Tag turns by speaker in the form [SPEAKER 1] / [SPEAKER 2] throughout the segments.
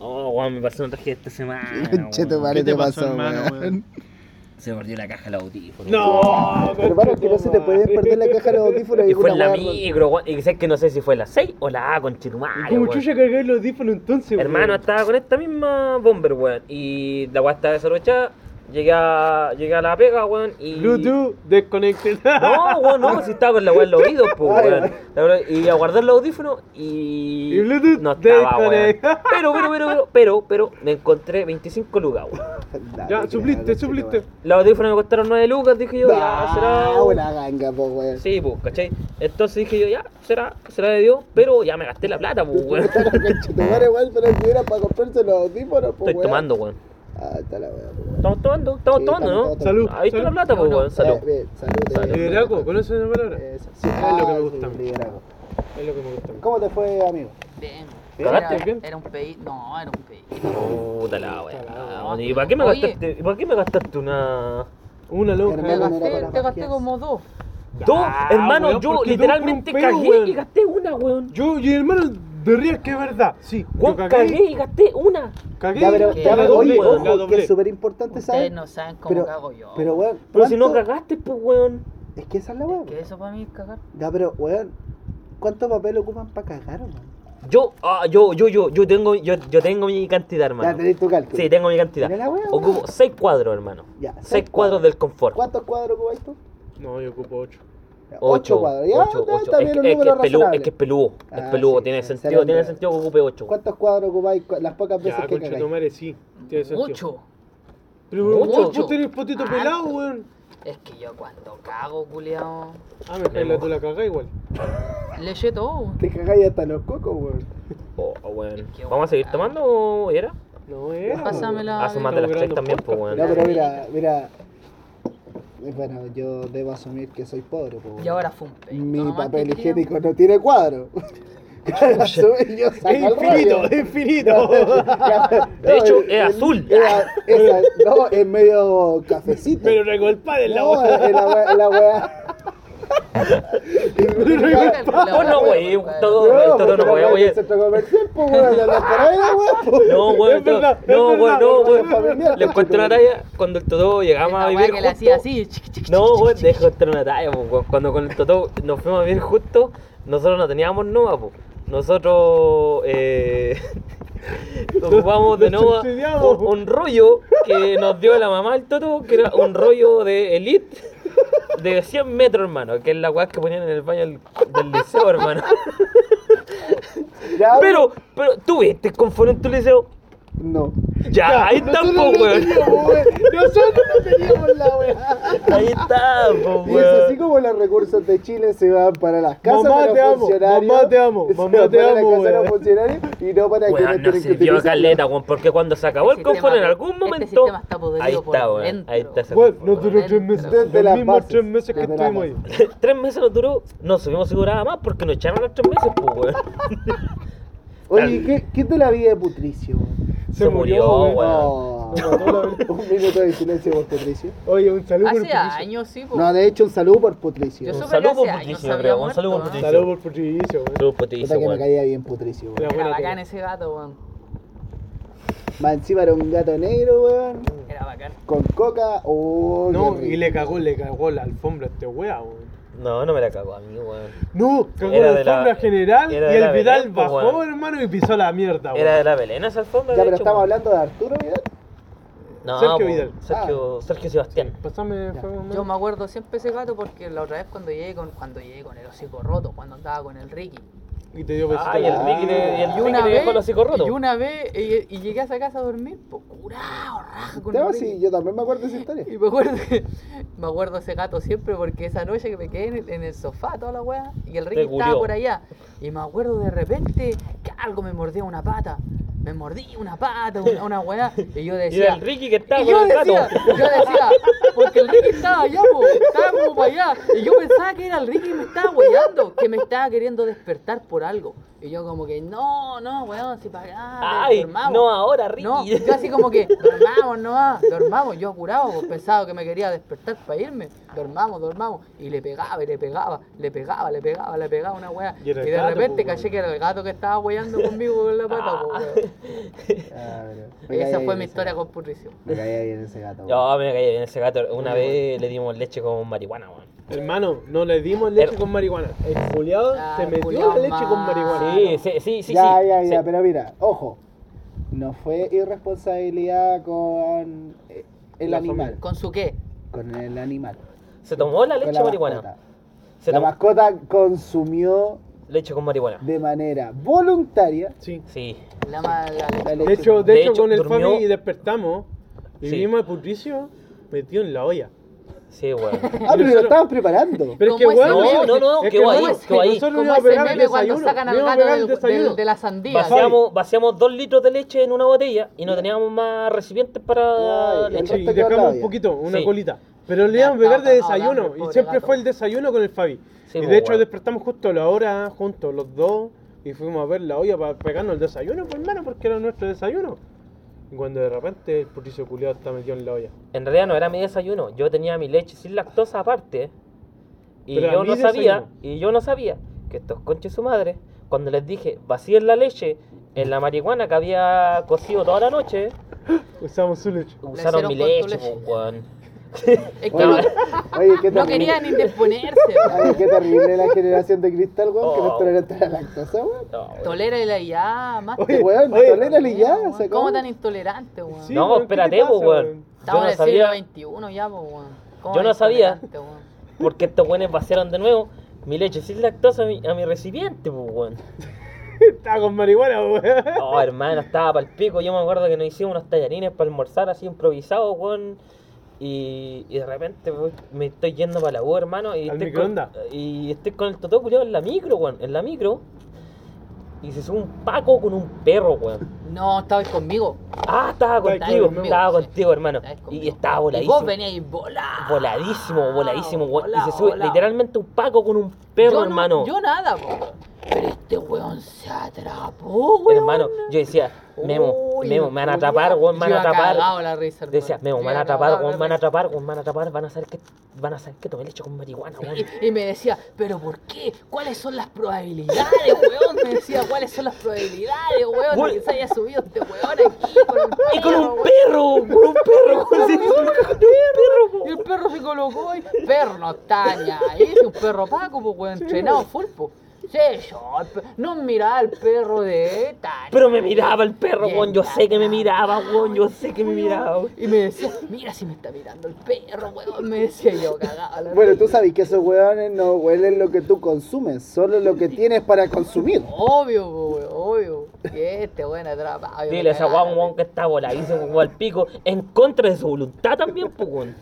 [SPEAKER 1] weón, me pasó un traje esta semana. weón.
[SPEAKER 2] Che, tu madre
[SPEAKER 3] ¿Qué te
[SPEAKER 2] te
[SPEAKER 3] pasó,
[SPEAKER 2] pasó,
[SPEAKER 3] hermano,
[SPEAKER 2] weón.
[SPEAKER 3] weón?
[SPEAKER 1] Se me perdió la caja del audífono.
[SPEAKER 4] No,
[SPEAKER 2] Hermano, que no se te puede perder la caja de los audífonos.
[SPEAKER 1] Y fue en
[SPEAKER 2] una
[SPEAKER 1] la
[SPEAKER 2] weá, weón.
[SPEAKER 1] micro, weón. Y sé que no sé si fue la 6 o la A con
[SPEAKER 4] Como chucha cargáis los audífonos entonces,
[SPEAKER 1] Hermano,
[SPEAKER 4] weón?
[SPEAKER 1] estaba con esta misma bomber, weón. Y la weá estaba desabrochada. Llegué a, llegué a la pega, weón. Y...
[SPEAKER 4] Bluetooth desconected.
[SPEAKER 1] No, weón, no, si estaba con la weá en los oídos, pues,
[SPEAKER 2] Ay,
[SPEAKER 1] weón. La verdad, Y a guardar los audífonos y.
[SPEAKER 4] Y Bluetooth
[SPEAKER 1] No estaba, weón.
[SPEAKER 4] desconectado.
[SPEAKER 1] Pero, pero, pero, pero, pero, pero, me encontré 25 lucas, weón.
[SPEAKER 2] Dale,
[SPEAKER 4] Ya,
[SPEAKER 2] que
[SPEAKER 4] supliste,
[SPEAKER 2] dale,
[SPEAKER 4] supliste.
[SPEAKER 2] che,
[SPEAKER 1] Los audífonos me costaron 9 lucas, dije yo,
[SPEAKER 2] tu madre.
[SPEAKER 1] ya será.
[SPEAKER 2] Ah, una ganga, po, weón.
[SPEAKER 1] Sí, pues, ¿cachai? Entonces dije yo, ya, será, será de Dios, pero ya me gasté la plata, pues, weón.
[SPEAKER 2] Está la concha de tu madre, weón, pero si era para comprarse los audífonos, po,
[SPEAKER 1] Estoy
[SPEAKER 2] Pues, weón.
[SPEAKER 1] tomando, weón.
[SPEAKER 2] Ah, está la weá, po, weón.
[SPEAKER 1] Estamos tomando, estamos
[SPEAKER 2] Sí,
[SPEAKER 1] tomando,
[SPEAKER 2] estamos
[SPEAKER 1] ¿no?
[SPEAKER 2] tomando.
[SPEAKER 4] Salud.
[SPEAKER 1] Ahí está la
[SPEAKER 4] salud.
[SPEAKER 1] plata, pues,
[SPEAKER 4] No, no.
[SPEAKER 1] weón. Salud.
[SPEAKER 2] Eh, bien, salud.
[SPEAKER 1] Salud.
[SPEAKER 2] eh.
[SPEAKER 4] Lideraco, ¿conoces esa palabra?
[SPEAKER 2] Eso, sí,
[SPEAKER 4] Es lo que me
[SPEAKER 2] ah,
[SPEAKER 4] gusta.
[SPEAKER 2] sí, lideraco.
[SPEAKER 4] Es lo que me gusta. a mí.
[SPEAKER 2] ¿Cómo te fue, amigo?
[SPEAKER 5] Bien.
[SPEAKER 1] ¿Cagaste?
[SPEAKER 5] Era,
[SPEAKER 4] ¿Bien?
[SPEAKER 5] era un pedido. No, era un pedido.
[SPEAKER 2] eh,
[SPEAKER 1] Puta la weá.
[SPEAKER 5] No,
[SPEAKER 1] ¿Y para qué me
[SPEAKER 5] oye.
[SPEAKER 1] gastaste? ¿y para qué me gastaste una.?
[SPEAKER 4] Una
[SPEAKER 5] Te
[SPEAKER 2] Hermano, no
[SPEAKER 4] loca.
[SPEAKER 2] era para
[SPEAKER 5] gasté, te gasté
[SPEAKER 2] magias.
[SPEAKER 5] como dos.
[SPEAKER 1] Dos,
[SPEAKER 4] Ah,
[SPEAKER 1] hermano,
[SPEAKER 4] weón,
[SPEAKER 1] yo
[SPEAKER 4] ¿por qué tú
[SPEAKER 1] literalmente
[SPEAKER 4] por un pedo,
[SPEAKER 1] cagué
[SPEAKER 4] weón?
[SPEAKER 1] y gasté una, weón.
[SPEAKER 4] Yo y hermano de Ríos, que es verdad. Sí,
[SPEAKER 1] Weón,
[SPEAKER 4] yo
[SPEAKER 1] cagué. y gasté una.
[SPEAKER 4] Cagué.
[SPEAKER 2] Ya, pero,
[SPEAKER 5] que
[SPEAKER 2] ya,
[SPEAKER 5] la
[SPEAKER 2] pero,
[SPEAKER 1] doblé,
[SPEAKER 2] oye,
[SPEAKER 1] weón,
[SPEAKER 4] la
[SPEAKER 2] ojo, que
[SPEAKER 4] doblé.
[SPEAKER 2] es súper importante, ¿sabes?
[SPEAKER 5] Ustedes no saben cómo
[SPEAKER 2] Pero,
[SPEAKER 5] cago yo.
[SPEAKER 2] pero, weón,
[SPEAKER 1] Pero si no
[SPEAKER 2] ¿cuánto-
[SPEAKER 1] cagaste, pues, weón.
[SPEAKER 2] Es que esa es la
[SPEAKER 5] Es
[SPEAKER 2] weón.
[SPEAKER 5] que eso para mí es cagar.
[SPEAKER 2] Ya, pero, weón, ¿cuánto papel ocupan para cagar, weón?
[SPEAKER 1] Yo, ah, yo, yo, yo, yo tengo, yo, yo tengo mi cantidad,
[SPEAKER 2] Ya,
[SPEAKER 1] hermano.
[SPEAKER 2] tenés tu cálculo.
[SPEAKER 1] Sí, tengo mi cantidad.
[SPEAKER 2] Mira la weá, weón.
[SPEAKER 1] Ocupo seis cuadros, hermano.
[SPEAKER 2] Ya,
[SPEAKER 1] Seis cuadros del confort.
[SPEAKER 2] ¿Cuántos cuadros ocupáis tú?
[SPEAKER 4] No, yo ocupo 8.
[SPEAKER 2] Ya,
[SPEAKER 1] Ocho,
[SPEAKER 2] cuadros. Ya,
[SPEAKER 1] ocho,
[SPEAKER 2] ya,
[SPEAKER 1] ocho.
[SPEAKER 2] está
[SPEAKER 1] Es,
[SPEAKER 2] bien un
[SPEAKER 1] que- es que
[SPEAKER 2] número
[SPEAKER 1] es peludo,
[SPEAKER 2] razonable.
[SPEAKER 1] es que es peludo, es
[SPEAKER 2] Ah,
[SPEAKER 1] peludo,
[SPEAKER 2] sí,
[SPEAKER 1] tiene
[SPEAKER 2] sí,
[SPEAKER 1] sentido, tiene
[SPEAKER 2] excelente.
[SPEAKER 1] sentido que ocupe ocho.
[SPEAKER 2] ¿Cuántos cuadros ocupáis cu- las pocas veces
[SPEAKER 4] Ya,
[SPEAKER 2] que
[SPEAKER 4] concha tu
[SPEAKER 2] cagáis?
[SPEAKER 4] madre, sí. Tiene sentido.
[SPEAKER 5] Mucho.
[SPEAKER 4] Pero
[SPEAKER 1] Mucho.
[SPEAKER 4] vos, vos tenés potito
[SPEAKER 5] Ah.
[SPEAKER 4] pelado, weón.
[SPEAKER 5] Es que yo cuando cago, culiao.
[SPEAKER 4] Ah, me cae la tú la cagá igual.
[SPEAKER 5] Le eché todo.
[SPEAKER 2] Te cagáis hasta los cocos, weón.
[SPEAKER 1] Oh, weón.
[SPEAKER 5] Qué
[SPEAKER 1] ¿Vamos a seguir
[SPEAKER 5] weón.
[SPEAKER 1] tomando o era?
[SPEAKER 4] No era.
[SPEAKER 5] Pásame la.
[SPEAKER 1] Hace más de las
[SPEAKER 4] Estamos
[SPEAKER 1] tres
[SPEAKER 4] grabando
[SPEAKER 1] también, pues,
[SPEAKER 4] podcast.
[SPEAKER 2] No,
[SPEAKER 1] weón.
[SPEAKER 2] pero mira, mira. eh, Bueno, yo debo asumir que soy pobre, po, weón.
[SPEAKER 5] Y ahora fue un pedido.
[SPEAKER 2] Mi
[SPEAKER 5] nomás
[SPEAKER 2] papel
[SPEAKER 5] te quiero.
[SPEAKER 2] higiénico no tiene cuadro. Asumí, yo saco
[SPEAKER 4] Es
[SPEAKER 2] el
[SPEAKER 4] infinito,
[SPEAKER 2] rollo.
[SPEAKER 4] es infinito.
[SPEAKER 1] De hecho,
[SPEAKER 2] el-
[SPEAKER 1] es azul.
[SPEAKER 2] el- era- esa- no, es medio cafecito.
[SPEAKER 4] Me lo regolpé en la
[SPEAKER 2] no,
[SPEAKER 4] boca.
[SPEAKER 2] es la weá. La weá.
[SPEAKER 1] Oh, no, güey, todo-
[SPEAKER 2] No,
[SPEAKER 1] todo no,
[SPEAKER 2] porque
[SPEAKER 1] weá,
[SPEAKER 2] la weá
[SPEAKER 1] weá.
[SPEAKER 2] del centro comercial, pues, po, weón, de la pues. parada, weón, po.
[SPEAKER 1] No, weón,
[SPEAKER 4] Es verdad, es
[SPEAKER 1] no, weón,
[SPEAKER 4] verdad,
[SPEAKER 1] no,
[SPEAKER 2] es
[SPEAKER 1] weón.
[SPEAKER 2] familiar.
[SPEAKER 1] Le encontré una talla cuando el Totó llegamos a
[SPEAKER 5] Esta
[SPEAKER 1] vivir
[SPEAKER 5] weá que le hacía
[SPEAKER 1] juntos.
[SPEAKER 5] así. chiqui, chiqui,
[SPEAKER 1] No,
[SPEAKER 5] chiqui,
[SPEAKER 1] weón,
[SPEAKER 5] chiqui,
[SPEAKER 1] le encontré una talla, po, weón. Cuando con el Totó nos fuimos a vivir juntos, nosotros no teníamos Nova, po. Nosotros, eh... Ocupamos de
[SPEAKER 4] Nos
[SPEAKER 1] Nova
[SPEAKER 4] subsidiamos.
[SPEAKER 2] pues.
[SPEAKER 1] un, un rollo que nos dio la mamá del Toto, que era un rollo de Elite de 100 metros, hermano, que es la weá que ponían en el baño del, del liceo, hermano.
[SPEAKER 2] Ya,
[SPEAKER 1] Pero, pero, ¿tú viste confort en tu liceo?
[SPEAKER 2] No.
[SPEAKER 1] Ya, ahí está, po,
[SPEAKER 2] Nosotros no
[SPEAKER 1] weón.
[SPEAKER 2] teníamos, weón. Nosotros no teníamos la weá.
[SPEAKER 1] Ahí está, po,
[SPEAKER 4] Oh,
[SPEAKER 2] Y es así
[SPEAKER 1] weón.
[SPEAKER 2] como los recursos de Chile se van para las casas
[SPEAKER 4] Mamá,
[SPEAKER 2] de los
[SPEAKER 4] te amo,
[SPEAKER 2] funcionarios.
[SPEAKER 4] mamá, te amo,
[SPEAKER 2] se
[SPEAKER 4] mamá,
[SPEAKER 2] van
[SPEAKER 4] te
[SPEAKER 2] para las
[SPEAKER 4] amo,
[SPEAKER 2] casas de los
[SPEAKER 4] weón.
[SPEAKER 2] funcionarios y no para
[SPEAKER 1] Weón,
[SPEAKER 2] quienes
[SPEAKER 1] no
[SPEAKER 2] tienen Este que
[SPEAKER 1] sirvió
[SPEAKER 2] utilizarlo.
[SPEAKER 1] caleta, weón, porque cuando se acabó el
[SPEAKER 5] Este
[SPEAKER 1] confort en
[SPEAKER 5] sistema-
[SPEAKER 1] algún
[SPEAKER 5] este
[SPEAKER 1] momento.
[SPEAKER 5] sistema está podrido
[SPEAKER 1] ahí
[SPEAKER 5] por
[SPEAKER 1] está, weón.
[SPEAKER 5] dentro.
[SPEAKER 1] Ahí está ese
[SPEAKER 4] Bueno,
[SPEAKER 1] confort,
[SPEAKER 4] nos duró
[SPEAKER 5] Bueno,
[SPEAKER 4] tres meses.
[SPEAKER 2] desde las
[SPEAKER 4] Los mismos
[SPEAKER 2] bases,
[SPEAKER 4] tres meses que
[SPEAKER 2] desde las
[SPEAKER 4] estuvimos ahí.
[SPEAKER 1] Tres meses nos duró, no subimos segurada más porque nos echaron los tres meses, pues, weón.
[SPEAKER 2] Oye, ¿qué, ¿qué de la vida de Putricio? weón?
[SPEAKER 1] Se murió,
[SPEAKER 4] weón.
[SPEAKER 1] weón.
[SPEAKER 2] Oh, un minuto de silencio por Putricio.
[SPEAKER 4] Oye, un saludo por
[SPEAKER 5] Hace
[SPEAKER 4] Patricio.
[SPEAKER 5] años, sí, po.
[SPEAKER 2] No, de hecho, un saludo por Putricio.
[SPEAKER 5] Oh. Yo
[SPEAKER 2] weón.
[SPEAKER 1] Un
[SPEAKER 5] supe
[SPEAKER 1] saludo
[SPEAKER 5] que
[SPEAKER 1] por
[SPEAKER 5] hace años
[SPEAKER 1] Patricio,
[SPEAKER 5] había
[SPEAKER 1] creo, un
[SPEAKER 5] muerto,
[SPEAKER 1] saludo por
[SPEAKER 5] ¿no?
[SPEAKER 1] Patricio.
[SPEAKER 4] Saludo por Patricio, weón.
[SPEAKER 1] Saludos,
[SPEAKER 2] ¿eh? Puta
[SPEAKER 1] potizo,
[SPEAKER 2] que me
[SPEAKER 1] weón.
[SPEAKER 2] caía bien Putricio, weón.
[SPEAKER 4] Era
[SPEAKER 5] Era
[SPEAKER 4] buena
[SPEAKER 5] bacán
[SPEAKER 4] tele.
[SPEAKER 5] ese gato, weón.
[SPEAKER 2] Más encima era un gato negro, weón.
[SPEAKER 5] Era bacán.
[SPEAKER 2] Con coca. Oh,
[SPEAKER 4] No,
[SPEAKER 2] qué rico.
[SPEAKER 4] y le cagó, le cagó la alfombra a este wea, weón.
[SPEAKER 1] No, no me la cago a mí, weón.
[SPEAKER 4] No, cagó
[SPEAKER 1] Era
[SPEAKER 4] la
[SPEAKER 1] de la-
[SPEAKER 4] alfombra general y
[SPEAKER 1] era de la
[SPEAKER 4] el Vidal
[SPEAKER 1] Belén, pues,
[SPEAKER 4] bajó,
[SPEAKER 1] weón.
[SPEAKER 4] hermano, y pisó la mierda, weón.
[SPEAKER 1] Era de la Belén esa alfombra,
[SPEAKER 2] Ah, Ya,
[SPEAKER 1] de
[SPEAKER 2] pero
[SPEAKER 1] hecho,
[SPEAKER 2] estamos
[SPEAKER 1] weón.
[SPEAKER 2] hablando de Arturo, Vidal.
[SPEAKER 1] No,
[SPEAKER 4] Sergio
[SPEAKER 1] po,
[SPEAKER 4] Vidal.
[SPEAKER 2] Ah.
[SPEAKER 1] Sergio, Sergio Sebastián.
[SPEAKER 4] Pásame, fue un
[SPEAKER 5] Yo me acuerdo siempre ese gato porque la otra vez cuando llegué con, cuando llegué con el hocico roto, cuando andaba con el Ricky.
[SPEAKER 4] Y te dio besito.
[SPEAKER 1] Ah, y el Ricky le, y el
[SPEAKER 5] Y
[SPEAKER 1] Ricky
[SPEAKER 5] una
[SPEAKER 1] le dejó el
[SPEAKER 5] vez,
[SPEAKER 1] hocico roto.
[SPEAKER 5] y una vez, eh, y, llegué a esa casa a dormir, pues curado, raja Ah, con
[SPEAKER 2] Te
[SPEAKER 5] el
[SPEAKER 2] vas,
[SPEAKER 5] Ricky.
[SPEAKER 2] sí, yo también me acuerdo de esa historia.
[SPEAKER 5] Y me acuerdo, me acuerdo ese gato siempre porque esa noche que me quedé en el, en el sofá, toda la weá, y el Ricky
[SPEAKER 1] Te
[SPEAKER 5] estaba
[SPEAKER 1] culió.
[SPEAKER 5] por allá. Y me acuerdo de repente que algo me mordía una pata. Me mordí una pata, una, una weá. Y yo
[SPEAKER 1] Y era
[SPEAKER 5] decía.
[SPEAKER 1] el Ricky que estaba
[SPEAKER 5] y yo
[SPEAKER 1] con el
[SPEAKER 5] decía,
[SPEAKER 1] gato.
[SPEAKER 5] yo decía, porque el Ricky estaba allá, po, estaba como para allá. Y yo pensaba que era el Ricky que me estaba weyando, que me estaba queriendo despertar por algo. Y yo como que, no, no, weón, si para
[SPEAKER 1] Ay, no ahora, Ricky.
[SPEAKER 5] no, yo así como que, dormamos, no, ah, dormamos. Yo curado, pues, pensaba que me quería despertar para irme. Dormamos, dormamos. Y le pegaba, y le pegaba, le pegaba, le pegaba, le pegaba una weá.
[SPEAKER 4] Y
[SPEAKER 5] Y,
[SPEAKER 4] era el
[SPEAKER 5] de
[SPEAKER 4] gato,
[SPEAKER 5] repente
[SPEAKER 4] pues, Ah.
[SPEAKER 5] caché que era el gato que estaba weando conmigo con la pata, pues, weón.
[SPEAKER 2] Ah,
[SPEAKER 5] Esa fue mi historia con Purricio.
[SPEAKER 2] Me caía bien ese gato.
[SPEAKER 1] Yo me caía bien ese gato. Una vez le dimos leche con marihuana, weón.
[SPEAKER 4] Hermano, no le dimos leche
[SPEAKER 1] Er-
[SPEAKER 4] con marihuana. El culiado
[SPEAKER 5] Ah,
[SPEAKER 4] se
[SPEAKER 5] el
[SPEAKER 4] metió
[SPEAKER 5] culiao
[SPEAKER 4] la leche con
[SPEAKER 5] mal.
[SPEAKER 4] marihuana.
[SPEAKER 1] Sí, sí, sí, sí.
[SPEAKER 2] Ah, ya,
[SPEAKER 1] sí,
[SPEAKER 2] ya,
[SPEAKER 1] sí.
[SPEAKER 2] ya, pero mira, ojo. No fue irresponsabilidad con eh, el
[SPEAKER 4] La
[SPEAKER 2] animal.
[SPEAKER 5] ¿Con su qué?
[SPEAKER 2] Con el animal.
[SPEAKER 1] Se tomó la
[SPEAKER 2] con
[SPEAKER 1] leche
[SPEAKER 2] la
[SPEAKER 1] marihuana.
[SPEAKER 2] mascota.
[SPEAKER 1] Se
[SPEAKER 2] La
[SPEAKER 1] tomó
[SPEAKER 2] mascota consumió
[SPEAKER 1] leche con marihuana.
[SPEAKER 2] de manera voluntaria
[SPEAKER 4] Sí.
[SPEAKER 1] Sí.
[SPEAKER 5] La mala
[SPEAKER 2] la leche. Ah,
[SPEAKER 4] De hecho, de,
[SPEAKER 1] De
[SPEAKER 4] hecho,
[SPEAKER 1] hecho,
[SPEAKER 4] con el
[SPEAKER 1] durmió-
[SPEAKER 4] family despertamos y
[SPEAKER 1] Sí.
[SPEAKER 4] vimos a Putricio metido en la olla.
[SPEAKER 1] Sí, weón.
[SPEAKER 2] ah, pero lo estaban preparando.
[SPEAKER 4] Pero es que,
[SPEAKER 5] ¿Cómo es
[SPEAKER 4] weón,
[SPEAKER 5] el
[SPEAKER 4] nosotros-
[SPEAKER 5] meme?
[SPEAKER 1] No, no, no,
[SPEAKER 4] es
[SPEAKER 1] quedó ahí,
[SPEAKER 4] weón,
[SPEAKER 1] quedó ahí.
[SPEAKER 4] nosotros
[SPEAKER 5] ¿Cómo
[SPEAKER 4] íbamos a
[SPEAKER 5] es el
[SPEAKER 4] pegar el
[SPEAKER 5] meme cuando
[SPEAKER 4] desayuno,
[SPEAKER 5] sacan al
[SPEAKER 4] íbamos a
[SPEAKER 5] gato
[SPEAKER 4] pegar el
[SPEAKER 5] del-
[SPEAKER 4] desayuno.
[SPEAKER 5] del- de la sandía?
[SPEAKER 1] Vaciamos, vaciamos dos litros de leche en una botella y no teníamos más recipientes para
[SPEAKER 2] Ay,
[SPEAKER 1] leche.
[SPEAKER 4] Sí,
[SPEAKER 2] Hasta que
[SPEAKER 4] dejamos
[SPEAKER 2] hablaba
[SPEAKER 4] un
[SPEAKER 2] ya.
[SPEAKER 4] poquito, una
[SPEAKER 1] Sí.
[SPEAKER 4] colita. Pero le
[SPEAKER 5] Ya
[SPEAKER 4] iban a pegar de
[SPEAKER 5] estaba cagado de hambre,
[SPEAKER 4] desayuno. Y
[SPEAKER 5] pobre
[SPEAKER 4] siempre
[SPEAKER 5] gato.
[SPEAKER 4] fue el desayuno con el Fabi.
[SPEAKER 1] Sí,
[SPEAKER 4] y
[SPEAKER 1] pues,
[SPEAKER 4] de hecho
[SPEAKER 1] weón.
[SPEAKER 4] despertamos justo a la hora, juntos los dos. Y fuimos a ver la olla para pegarnos el desayuno, pues hermano, porque era nuestro desayuno. Y cuando de repente el Putricio culiado está metido en la olla.
[SPEAKER 1] En realidad no era mi desayuno, yo tenía mi leche sin lactosa aparte. Y
[SPEAKER 4] Pero era
[SPEAKER 1] yo
[SPEAKER 4] mi
[SPEAKER 1] no sabía,
[SPEAKER 4] desayuno.
[SPEAKER 1] y yo no sabía que estos conches su madre, cuando les dije vacíen la leche en la marihuana que había cocido toda la noche,
[SPEAKER 4] Usamos su leche.
[SPEAKER 1] usaron
[SPEAKER 5] hicieron
[SPEAKER 1] mi
[SPEAKER 5] con tu
[SPEAKER 1] leche,
[SPEAKER 5] leche.
[SPEAKER 1] po, weón.
[SPEAKER 5] Es que
[SPEAKER 2] Oye,
[SPEAKER 5] no,
[SPEAKER 2] oye, qué terrible.
[SPEAKER 5] no querían indisponerse. weón.
[SPEAKER 2] Ay, qué terrible la generación de cristal, weón, que no es
[SPEAKER 1] Oh.
[SPEAKER 2] tolerante a la lactosa, weón.
[SPEAKER 1] No, weón.
[SPEAKER 5] Tolérala ya, más
[SPEAKER 4] Oye,
[SPEAKER 2] Este weón,
[SPEAKER 4] oye.
[SPEAKER 2] tolérale ya, se acabó.
[SPEAKER 5] ¿Cómo tan intolerante, weón?
[SPEAKER 4] Sí,
[SPEAKER 1] No,
[SPEAKER 4] weón, ¿qué
[SPEAKER 1] espérate,
[SPEAKER 4] te pasa,
[SPEAKER 1] po, weón.
[SPEAKER 4] weón?
[SPEAKER 5] Estamos
[SPEAKER 1] yo
[SPEAKER 5] en
[SPEAKER 1] no
[SPEAKER 5] el
[SPEAKER 1] sabía-
[SPEAKER 5] siglo XXI ya, po, weón. ¿Cómo
[SPEAKER 1] Yo no
[SPEAKER 5] tan
[SPEAKER 1] sabía.
[SPEAKER 5] intolerante, weón?
[SPEAKER 1] porque estos weones vaciaron de nuevo mi leche sin lactosa a mi, a mi recipiente, po, weón.
[SPEAKER 4] Estaba con marihuana, weón.
[SPEAKER 1] Oh, hermano, estaba para el pico. Yo me acuerdo que nos hicimos unos tallarines para almorzar así improvisados, weón. Y, y de repente weón, me estoy yendo para la U, hermano. Y
[SPEAKER 4] Al
[SPEAKER 1] estoy
[SPEAKER 4] microondas.
[SPEAKER 1] Con, y estoy con el totó culiado en la micro, weón. En la micro. Y se sube un paco con un perro, weón.
[SPEAKER 5] No, estabas conmigo.
[SPEAKER 1] Ah, estaba contigo,
[SPEAKER 4] conmigo,
[SPEAKER 1] estaba
[SPEAKER 5] sí.
[SPEAKER 1] contigo, hermano.
[SPEAKER 5] Estabas conmigo.
[SPEAKER 1] Y estaba
[SPEAKER 5] Y
[SPEAKER 1] voladísimo.
[SPEAKER 5] vos venías volado.
[SPEAKER 1] Voladísimo, voladísimo, weón. Y
[SPEAKER 5] volado,
[SPEAKER 1] se sube
[SPEAKER 5] volado.
[SPEAKER 1] literalmente un paco con un perro,
[SPEAKER 5] Yo no-
[SPEAKER 1] hermano.
[SPEAKER 5] yo nada, po. Pero este weón se atrapó, weón.
[SPEAKER 1] hermano, yo decía, Memo,
[SPEAKER 5] Uy,
[SPEAKER 1] Memo, me van a
[SPEAKER 5] culiao.
[SPEAKER 1] atrapar, weón, me van a
[SPEAKER 5] Yo iba
[SPEAKER 1] atrapar.
[SPEAKER 5] cagado la risa, hermano.
[SPEAKER 1] Decía, Memo,
[SPEAKER 5] Yo
[SPEAKER 1] me van a
[SPEAKER 5] iba
[SPEAKER 1] atrapar,
[SPEAKER 5] cagado la
[SPEAKER 1] weón, me van a
[SPEAKER 5] risa.
[SPEAKER 1] atrapar, weón, me van a atrapar, van a saber que, van a saber que tomé leche con marihuana, weón.
[SPEAKER 5] Y, y me decía, ¿pero por qué? ¿Cuáles son las probabilidades, weón? Me decía, ¿cuáles son las probabilidades, weón?
[SPEAKER 1] Weón.
[SPEAKER 5] De que se haya subido este weón aquí con un
[SPEAKER 1] Y con
[SPEAKER 5] perro,
[SPEAKER 1] un perro, con
[SPEAKER 5] weón.
[SPEAKER 1] un perro, con ese- con un perro,
[SPEAKER 5] Y
[SPEAKER 1] weón.
[SPEAKER 5] el perro se colocó y perro no está ni ahí, si un perro paco, pues weón, entrenado full, po. Sí, yo, el per- no miraba al perro de tal.
[SPEAKER 1] Pero me miraba el perro, weón, yo sé que me miraba, weón, yo sé que me miraba, weón.
[SPEAKER 5] Y me decía, mira si me está mirando el perro, weón, me decía yo, cagado. la
[SPEAKER 2] Bueno,
[SPEAKER 5] risa.
[SPEAKER 2] tú sabes que esos weones no huelen lo que tú consumes, solo lo que tienes para consumir.
[SPEAKER 5] Obvio, po, weón, obvio. Y este weón atrapado. yo me
[SPEAKER 1] Dile a esa
[SPEAKER 5] cagaba
[SPEAKER 1] weón,
[SPEAKER 5] la
[SPEAKER 1] weón, que está voladísimo, weón, al pico, en contra de su voluntad también, pues, weón.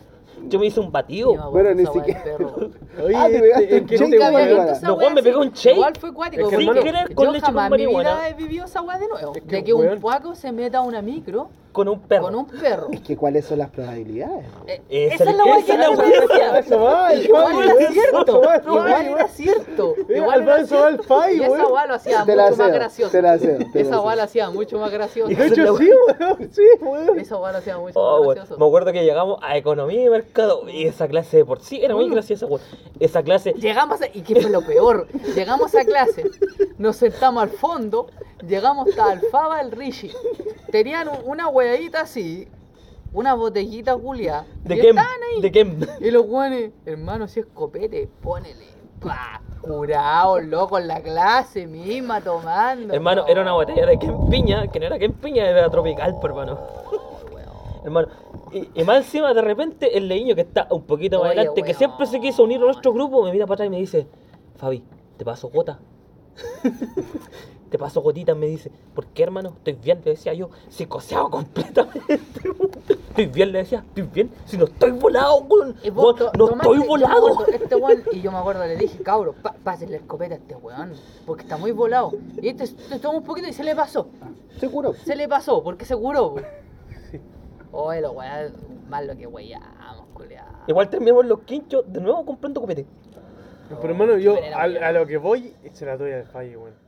[SPEAKER 1] Yo me hice un batido.
[SPEAKER 5] No,
[SPEAKER 2] Bueno,
[SPEAKER 5] esa
[SPEAKER 2] ni
[SPEAKER 5] weá del
[SPEAKER 2] siquiera-
[SPEAKER 5] perro, weón.
[SPEAKER 4] Oye,
[SPEAKER 2] Ah, te pegaste
[SPEAKER 4] este, es
[SPEAKER 2] un chute,
[SPEAKER 4] que este
[SPEAKER 5] Nunca
[SPEAKER 2] weón.
[SPEAKER 5] había
[SPEAKER 4] weón-
[SPEAKER 5] visto esa
[SPEAKER 1] Los weón me
[SPEAKER 5] así.
[SPEAKER 1] pegó un shake.
[SPEAKER 5] Igual fue cuático.
[SPEAKER 4] Es que,
[SPEAKER 5] porque
[SPEAKER 4] hermano,
[SPEAKER 1] querer, con
[SPEAKER 5] yo
[SPEAKER 1] leche
[SPEAKER 5] jamás
[SPEAKER 1] con
[SPEAKER 5] en mi vida
[SPEAKER 1] marihuana.
[SPEAKER 5] he vivido esa weá de nuevo.
[SPEAKER 4] Es que,
[SPEAKER 5] de que un
[SPEAKER 4] weón.
[SPEAKER 5] puaco se meta a una micro
[SPEAKER 1] Con un perro.
[SPEAKER 5] con un perro.
[SPEAKER 2] Es que cuáles son las probabilidades.
[SPEAKER 5] Eh,
[SPEAKER 1] Esa
[SPEAKER 5] esa es la
[SPEAKER 1] es
[SPEAKER 5] weá que
[SPEAKER 1] la
[SPEAKER 5] no
[SPEAKER 1] weá.
[SPEAKER 4] A
[SPEAKER 5] decía.
[SPEAKER 4] Eso va, el
[SPEAKER 5] Igual
[SPEAKER 4] Fabi,
[SPEAKER 5] era
[SPEAKER 4] weón. Eso
[SPEAKER 5] cierto.
[SPEAKER 4] va, el
[SPEAKER 5] Igual
[SPEAKER 4] Fabi,
[SPEAKER 5] era
[SPEAKER 4] weón.
[SPEAKER 5] cierto.
[SPEAKER 4] Eh,
[SPEAKER 5] Igual
[SPEAKER 4] al
[SPEAKER 5] era
[SPEAKER 4] Fabi se va el
[SPEAKER 5] cierto.
[SPEAKER 4] Fabi,
[SPEAKER 5] Y esa
[SPEAKER 4] weón.
[SPEAKER 5] weá lo hacía
[SPEAKER 2] Te la
[SPEAKER 5] mucho más
[SPEAKER 2] cedo,
[SPEAKER 5] gracioso.
[SPEAKER 2] te la cedo, te la
[SPEAKER 5] Esa weá
[SPEAKER 2] cedo.
[SPEAKER 5] lo hacía mucho más gracioso.
[SPEAKER 4] De hecho, sí, weón, sí, weón.
[SPEAKER 5] Esa weá lo hacía mucho
[SPEAKER 1] Oh,
[SPEAKER 5] más
[SPEAKER 1] weón. Me
[SPEAKER 5] gracioso.
[SPEAKER 1] acuerdo que llegamos a economía y mercado y esa clase de por sí era muy graciosa, weón. Esa clase.
[SPEAKER 5] Llegamos a, Mm. y que fue lo peor, llegamos a clase, nos sentamos al fondo, llegamos hasta Alfaba el Rishi. Tenían un- una huevita así, una botellita culia.
[SPEAKER 1] ¿De
[SPEAKER 5] y
[SPEAKER 1] qué?
[SPEAKER 5] estaban ahí.
[SPEAKER 1] ¿De qué?
[SPEAKER 5] Y los guanes, hermano, si es copete, ponele. Pa, curado, loco, en la clase misma tomando.
[SPEAKER 1] Hermano, era una botella de Ken Piña, que no era Ken Piña, era tropical, por hermano. hermano, y, y más encima, de repente, el leño que está un poquito más
[SPEAKER 5] Oye,
[SPEAKER 1] adelante, que
[SPEAKER 5] weón.
[SPEAKER 1] siempre se quiso unir a nuestro grupo, me mira para atrás y me dice, Fabi, te paso gota. te paso gotitas, me dice. ¿Por qué, hermano? Estoy bien, le decía yo, psicoseado completamente. estoy bien, le decía, estoy bien. Si no estoy volado, weón.
[SPEAKER 5] Y vos
[SPEAKER 1] Weón,
[SPEAKER 5] to-
[SPEAKER 1] No
[SPEAKER 5] tomaste-
[SPEAKER 1] estoy
[SPEAKER 5] yo me
[SPEAKER 1] volado.
[SPEAKER 5] acuerdo, este weón- y yo me acuerdo, le dije, cabro, pa, pásenle el copete a este weón, porque está muy volado. Y este se tomó un poquito y se le pasó.
[SPEAKER 2] Seguro.
[SPEAKER 5] Se le pasó, porque se curó, pues. Oye, los weá, más lo que weyamos, culiado.
[SPEAKER 1] Igual terminamos los quinchos de nuevo comprando copete.
[SPEAKER 4] Pero hermano, yo
[SPEAKER 5] Pero era
[SPEAKER 4] al-
[SPEAKER 5] bueno.
[SPEAKER 4] a, lo que voy se la doy al fallo, weón.